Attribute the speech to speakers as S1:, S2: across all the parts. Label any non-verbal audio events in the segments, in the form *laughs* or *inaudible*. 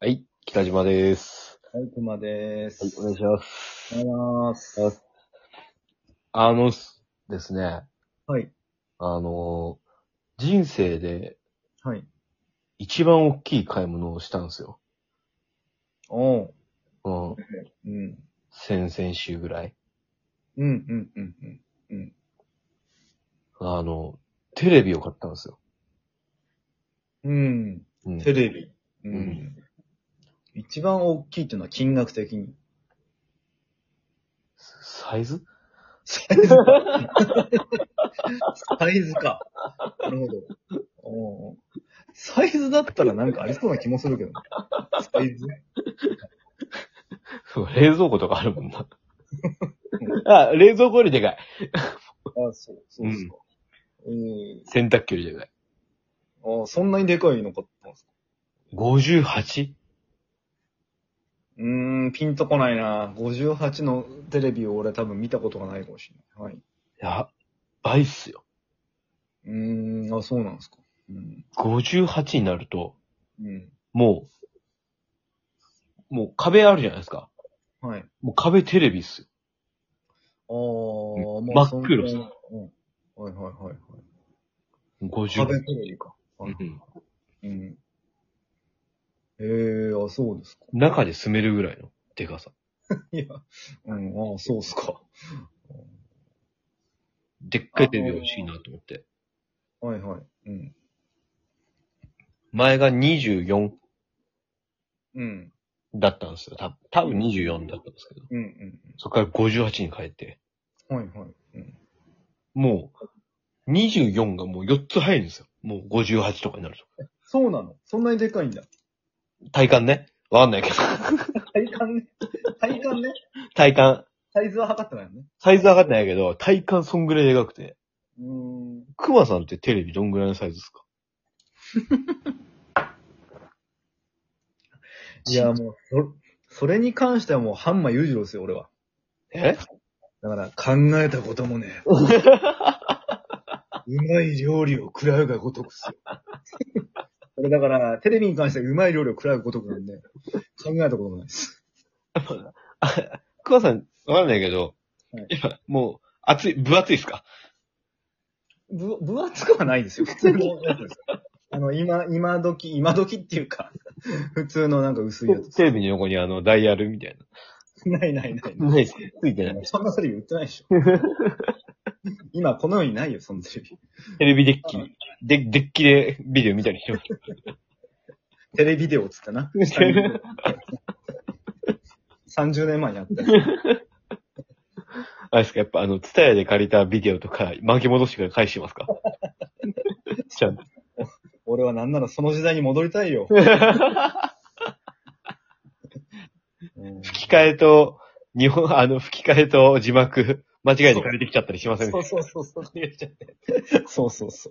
S1: はい、北島です。
S2: はい、熊でーす。
S1: します。
S2: お願いします。
S1: あのすですね、
S2: はい、
S1: あの、人生で
S2: はい。
S1: 一番大きい買い物をしたんですよ。
S2: おう。
S1: うん、
S2: うん。
S1: 先々週ぐらい。
S2: うん、うん、うん、うん。
S1: あの、テレビを買ったんですよ。
S2: うん。
S1: うん、
S2: テレビ。うんん。一番大きいっていうのは金額的に。
S1: サイズ *laughs*
S2: サイズか。サイズか。なるほど。おうサイズだったらなんかありそうな気もするけどね。サイズ
S1: そう冷蔵庫とかあるもんな。 *laughs* あ、冷蔵庫よりでかい。
S2: あ、そう、そうですか。うん。
S1: 洗濯機よりでかい。
S2: あそんなにでかいのかったんですか
S1: 58?
S2: うーん、ピンとこないな。58のテレビを俺多分見たことがないかもしれない。はい。
S1: やばいっすよ。
S2: うーん、あ、そうなんですか。うん。
S1: 58になると、
S2: うん。
S1: もう、もう壁あるじゃないですか。
S2: はい。あ
S1: もう壁テレビっすよ。
S2: ー、
S1: うん
S2: まあ
S1: 真っ黒
S2: そんなうん。はいはいはいはい。
S1: 50。
S2: 壁テレビか。
S1: うん
S2: うん。えー、あ、そうですか。 *laughs*
S1: 中で住めるぐらいのでかさ。
S2: いや、うん、あ、そうっすか。
S1: でっかいテレビ欲しいなと思って。
S2: はいはい。うん。
S1: 前が24
S2: うん。
S1: だったんですよ。た多分24だったんですけど。
S2: うんうん
S1: そこから58に変えて。
S2: うん。はいはい。うん。
S1: もう、24がもう4つ入るんですよ。もう58とかになると。
S2: そうなのそんなにでかいんだ。
S1: 体感ね。わかんないけど。 *laughs*
S2: 体感ね。体感ね。
S1: 体感。
S2: サイズは測ってないのね。
S1: サイズわかんないけど、体感そんぐらいでかくて。
S2: うーん。
S1: クマさんってテレビどんぐらいのサイズですか
S2: *laughs* いや、もう、そ、それに関してはもう、ハンマー裕次郎ですよ、俺は。
S1: え
S2: だから、考えたこともねえ。うまい料理を食らうがごとくっすよ。これだから、テレビに関してはうまい料理を食らうごとくなんで、考えたこともないです。
S1: あクマさん、わかんないけど、
S2: はい
S1: やっぱもう、厚い、分厚いですか
S2: ぶ、分厚くはないですよ。普通のやつです。 *laughs* あの、今、今時、今時っていうか、普通のなんか薄いやつ。
S1: テレビの横にあの、ダイヤルみたい
S2: ないないない。
S1: な。ない、ついてない。
S2: そんなテレビ売ってないでしょ。今、この世にないよ、そのテレビ。
S1: テレビデッキ、で、デッキでビデオ見たりしてま
S2: *laughs*
S1: し
S2: テレビデオっつって *laughs* な。30年前にあった。
S1: た。あれですか、やっぱあの、ツタヤで借りたビデオとか、巻き戻してから返してます
S2: *laughs*
S1: かちゃんと。
S2: 俺はなんならその時代に戻りたい
S1: *laughs*
S2: よ。うん
S1: 吹き替えと、日本、あの、吹き替えと字幕、間違えて借りてきちゃったりしません
S2: そうそうそうそう。そうそうそ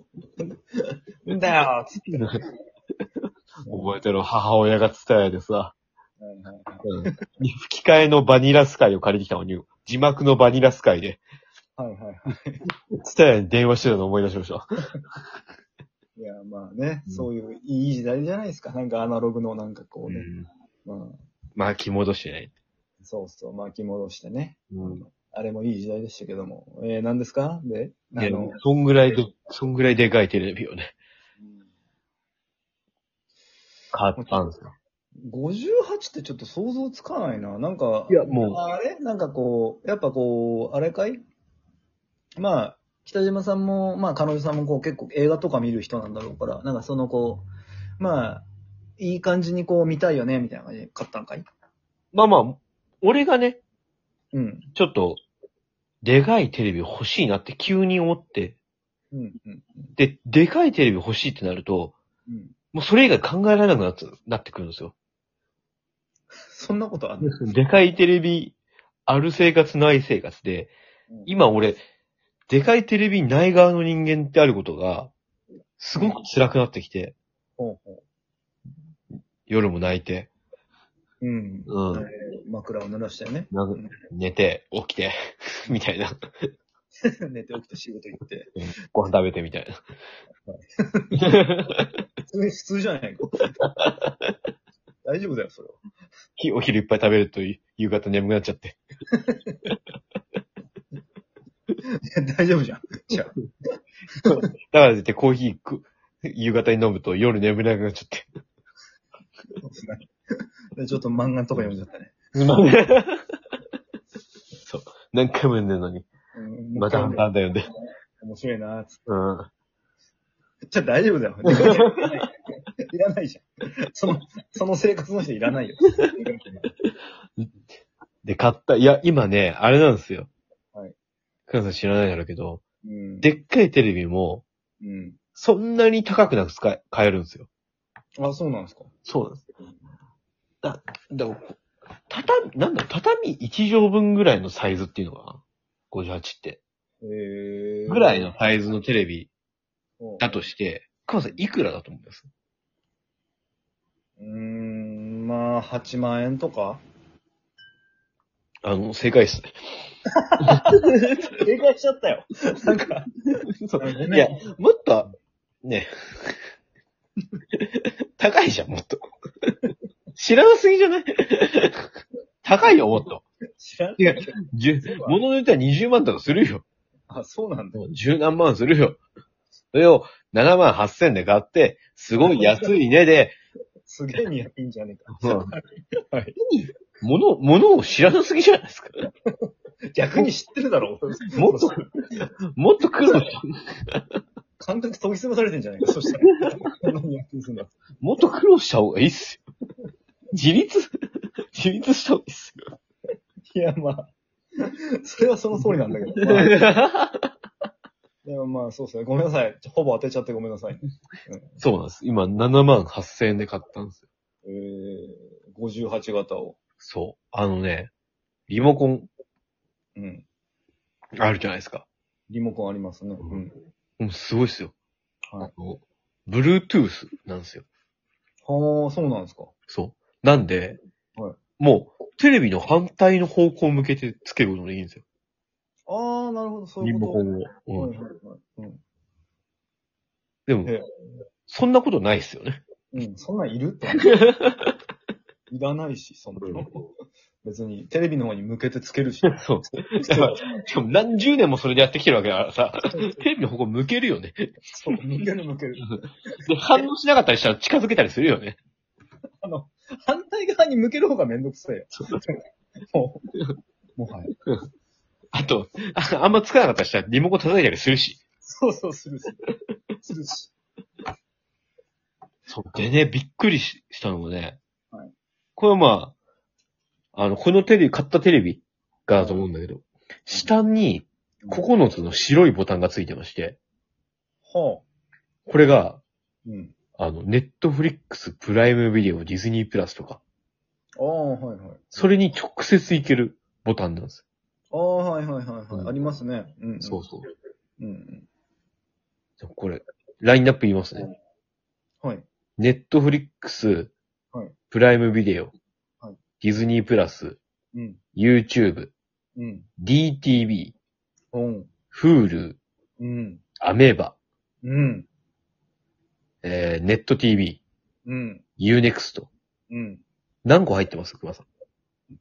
S2: う。んだよつって。
S1: 覚えてる母親がツタヤでさ、
S2: はいはい
S1: 吹き替えのバニラスカイを借りてきたのに、字幕のバニラスカイで、
S2: はいはいはい。
S1: ツタヤに電話してたの思い出しました。
S2: いや、まあね、
S1: うん
S2: そういういい時代じゃないですか。なんかアナログのなんかこうね。まあ、
S1: 巻き戻してない。
S2: そうそう、巻き戻してね。
S1: うん
S2: あれもいい時代でしたけども。えー、何ですかで、あ
S1: いや
S2: の、
S1: そんぐらいで、そんぐらいでかいテレビをね、買ったんですよ。
S2: 58ってちょっと想像つかないな。なんか、
S1: いやもう
S2: あれなんかこう、やっぱこう、あれかいまあ、北島さんも、まあ彼女さんもこう結構映画とか見る人なんだろうから、なんかそのこう、まあ、いい感じにこう見たいよね、みたいな感じで買ったんかい
S1: まあまあ、俺がね、
S2: うん。
S1: ちょっと、でかいテレビ欲しいなって急に思って、
S2: うん、うん、
S1: で、でかいテレビ欲しいってなると、
S2: うん。
S1: もうそれ以外考えられなくなって、なってくるんですよ。
S2: そんなことある
S1: でかいテレビ、ある生活ない生活で、今俺、でかいテレビない側の人間ってあることが、すごく辛くなってきて、
S2: ほうほ
S1: 夜も泣いて、
S2: う。うん。
S1: うん
S2: えー枕を濡らしてね。 *laughs*
S1: な寝て、起きて、 *laughs* みたいな。
S2: 寝て起きて仕事行って。
S1: ご飯食べてみたいな。 *laughs*
S2: 普通、普通じゃないか。大 *laughs* 大丈夫だよ、それは。 *laughs*
S1: ひお昼いっぱい食べると夕夕方眠くなっちゃって。
S2: いや大丈夫じゃん。じゃあ。
S1: だから絶対コーヒーく夕方に飲むと夜眠れなくなっちゃって。
S2: で *laughs* ちょっと漫画とか読んじゃったね。
S1: すまんね。 *laughs* そう。何回も読んでるのに。
S2: うん
S1: またハンターハンター読んで。
S2: 面白いな、つっ
S1: うん。
S2: て。じゃあ大丈夫だよ。いらないじゃん。その、その生活の人いらないよ。
S1: で、買った。いや、今ね、あれなんですよ。
S2: はい。
S1: クラさん知らないだろうけど、
S2: うん、
S1: でっかいテレビも、
S2: うん。
S1: そんなに高くなく使え、買えるんですよ。
S2: あ、そうなんですか。
S1: そうなんです。だ、だからこう、畳、なんだ、畳1畳分ぐらいのサイズっていうのかな ?58 って。
S2: へえ。
S1: ぐらいのサイズのテレビ
S2: うん。
S1: だとして、クラさんいくらだと思います
S2: うーん、まあ、8万円とか
S1: あの、正解です。
S2: 正解しちゃったよ。なんか、
S1: *laughs* そう
S2: ご
S1: い
S2: め
S1: や
S2: ん。、
S1: もっと、ね。高いじゃん、もっと。知らなすぎじゃない高いよ、もっと。
S2: 知らん
S1: いやじゅ、物によっては20万とかするよ。
S2: あ、そうなんだ。
S1: 十何万するよ。それを7万8千で買って、すごい安いねで、
S2: すげえ似合ってんじゃねえ
S1: うん
S2: か。はい。
S1: 物、物を知らなすぎじゃないですか。
S2: 逆に知ってるだろ。
S1: もっと、もっと苦労し、
S2: 感覚研ぎ澄まされてんじゃないか。そしたら。
S1: *laughs*
S2: こんなにやってすんだ。
S1: もっと苦労した方がいいっすよ。自立、自立した方がいいっすよ。
S2: いや、まあ。それはその通りなんだけど。まあ、でもまあ、そうですね。ごめんなさい。ほぼ当てちゃってごめんなさい。
S1: そうなんです。今、7万8千円で買ったんですよ。
S2: えー、58型を。
S1: そう。あのね、リモコン
S2: うん。
S1: あるじゃないですか。
S2: リモコンありますね。うん。
S1: もうすごいっすよ。
S2: はい
S1: あの、Bluetooth なんですよ。
S2: はあ、そうなんですか。
S1: そう。なんで、
S2: はい
S1: もう、テレビの反対の方向を向けてつけることでいいんですよ。
S2: ああ、なるほど。そうい
S1: リ
S2: う
S1: モ
S2: こと
S1: コ。ンを。うん
S2: はいはいはいうん。
S1: でも
S2: ええ、
S1: そんなことないですよね。
S2: うん、そんなんいるって。いらないし、そんなの。別に、テレビの方に向けてつけ
S1: *laughs*
S2: るし。
S1: *laughs* そう。だからしかも何十年もそれでやってきてるわけだからさ、テレビの方向向けるよね。
S2: そう、向ける向ける。
S1: で、反応しなかったりしたら近づけたりするよね。
S2: あの、反対側に向ける方がめんどくせえよ。もう、もはや。
S1: あと、ああんまつかなかったりしたらリモコン叩いたりするし。
S2: そうそう、するし。するし。
S1: そう。でね、びっくりししたのもね、
S2: はい
S1: これはまあ、あの、このテレビ、買ったテレビがだと思うんだけど、下に9つの白いボタンがついてまして、
S2: はあ。
S1: これが、
S2: うん。
S1: あの、ネットフリックス、プライムビデオ、ディズニープラスとか、
S2: ああ、はいはい。
S1: それに直接行けるボタンなんです
S2: ああ、はいはいはい、は
S1: うん
S2: い。ありますね。うん、うん。
S1: よ。そうそう。
S2: う。うん。
S1: じゃあこれ、ラインナップ言いますね。
S2: はい。
S1: ネットフリックス
S2: はい、
S1: プライムビデオ
S2: はい、
S1: ディズニープラス、
S2: うん。
S1: YouTube、
S2: うん。
S1: DTV、
S2: うん。
S1: Hulu、
S2: うん。
S1: アメーバ、
S2: うん。
S1: えー、ネット TV、
S2: うん。
S1: Unext。
S2: うん。
S1: 何個入ってます熊さん。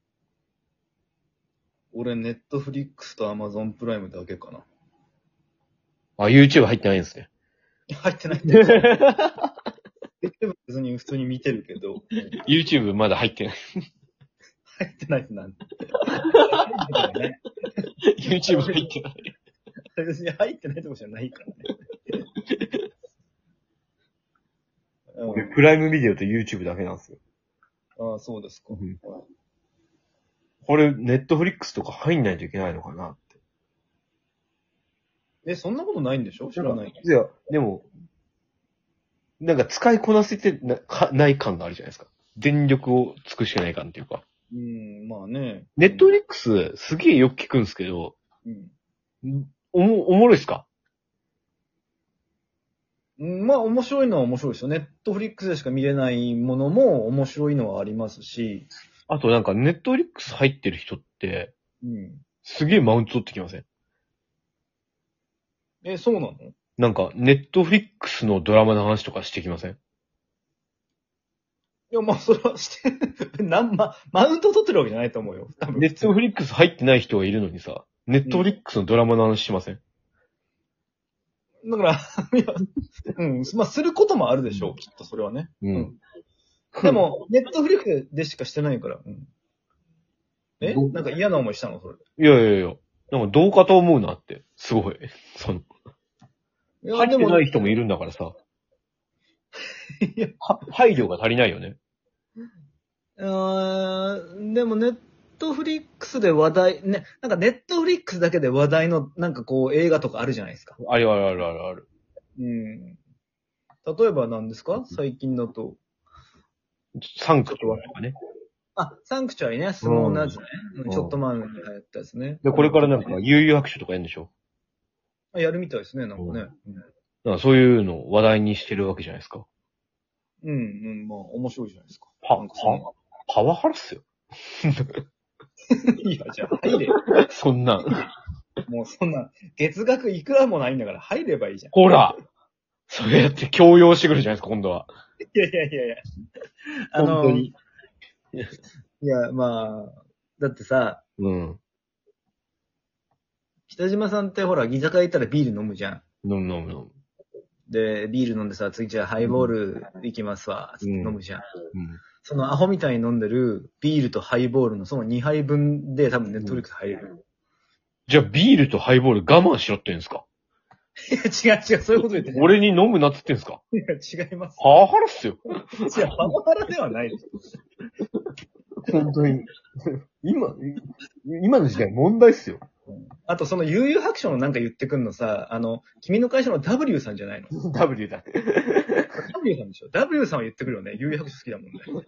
S2: 俺、ネットフリックスとアマゾンプライムだけかな。
S1: あ、YouTube 入ってないん *laughs* ですね。
S2: 入ってない。
S1: *laughs*
S2: でも別に普通に見てるけど、
S1: YouTube まだ入ってない。
S2: 入ってないなんて。
S1: *laughs* *laughs* YouTube 入ってない。
S2: 別に入ってないとこじゃないからね。うん
S1: プライムビデオと YouTube だけなんですよ。
S2: ああ、そうですか。
S1: うんこれ、ネットフリックスとか入んないといけないのかなって。
S2: え、そんなことないんでしょ知らない。
S1: いや、でも、なんか使いこなせてなかない感があるじゃないですか。電力を尽くしてない感っていうか。
S2: うん、まあね。
S1: ネットフリックスすげえよく聞くんですけど、
S2: うん
S1: おも、おもろいっすか
S2: うん。まあ、面白いのは面白いですよ。ネットフリックスでしか見れないものも面白いのはありますし、
S1: あとなんかネットフリックス入ってる人って、
S2: うん。
S1: すげえマウント取ってきません
S2: え、そうなの
S1: なんか、ネットフリックスのドラマの話とかしてきません
S2: いや、まあ、それはして、 *laughs* なん、ま、マウント取ってるわけじゃないと思うよ。多分
S1: ネットフリックス入ってない人がいるのにさ、ネットフリックスのドラマの話しません、
S2: だから、 *laughs* いや、うん、まあ、することもあるでしょう、きっと、それはね。
S1: う
S2: うんで、も、ネットフリックスでしかしてないから。うん、え
S1: どう
S2: なんか嫌な思いしたのそれ。
S1: いやいやいや、なんかどうかと思うなって、すごい。 *laughs* その、
S2: い
S1: 入って
S2: でも *laughs*
S1: ない人もいるんだからさ、
S2: いや
S1: は配慮が足りないよね。
S2: あーでもネットフリックスで話題、ね、なんかネットフリックスだけで話題の、なんかこう映画とかあるじゃないですか。
S1: あるあるあるあるある。
S2: うん。例えば何ですか最近だと。
S1: サンクチュアリとかね。
S2: あ、サンクチュアリね、相撲のやつね。
S1: ん
S2: ちょっと前に流行ったやつね。
S1: で、これからなんか、悠々白書とかやるんでしょ
S2: あやるみたいですね、なんかね。
S1: なんかそういうのを話題にしてるわけじゃないですか。
S2: うん、うん、まあ、面白いじゃないですか。
S1: パ、
S2: なん
S1: パ
S2: かその、
S1: パワハラっすよ。 *laughs*
S2: いや、じゃあ入れ。
S1: そんなん。
S2: もうそんな、月額いくらもないんだから入ればいいじゃん。
S1: ほらそうやって強要してくるじゃないですか、今度は。
S2: いやいやいやいや。あ
S1: 本
S2: の、
S1: 当
S2: い
S1: に。
S2: や、まあ、だってさ、
S1: うん。
S2: 北島さんってほら、居酒屋行ったらビール飲むじゃん。
S1: 飲む飲む飲む。
S2: で、ビール飲んでさ、次じゃあハイボール行きますわ、つって飲むじゃん。
S1: うん。
S2: そのアホみたいに飲んでるビールとハイボールのその2杯分で多分ネットフリックス入れる。
S1: じゃあビールとハイボール我慢しろって言うんですか
S2: いや、違う違う、そういうこと言ってない。
S1: 俺に飲むなって言ってんですか
S2: いや違い
S1: *laughs*
S2: ます。
S1: パワハラっすよ。
S2: 違う、パワハラではないです。
S1: 本当に。 *laughs* 今、今の時代問題っすよ。
S2: あと、その悠々白書のなんか言ってくんのさ、あの、君の会社の
S1: *laughs*
S2: W さんじゃないの
S1: W だ。
S2: W さんでしょ ?W さんは言ってくるよね。悠々白書好きだもんね。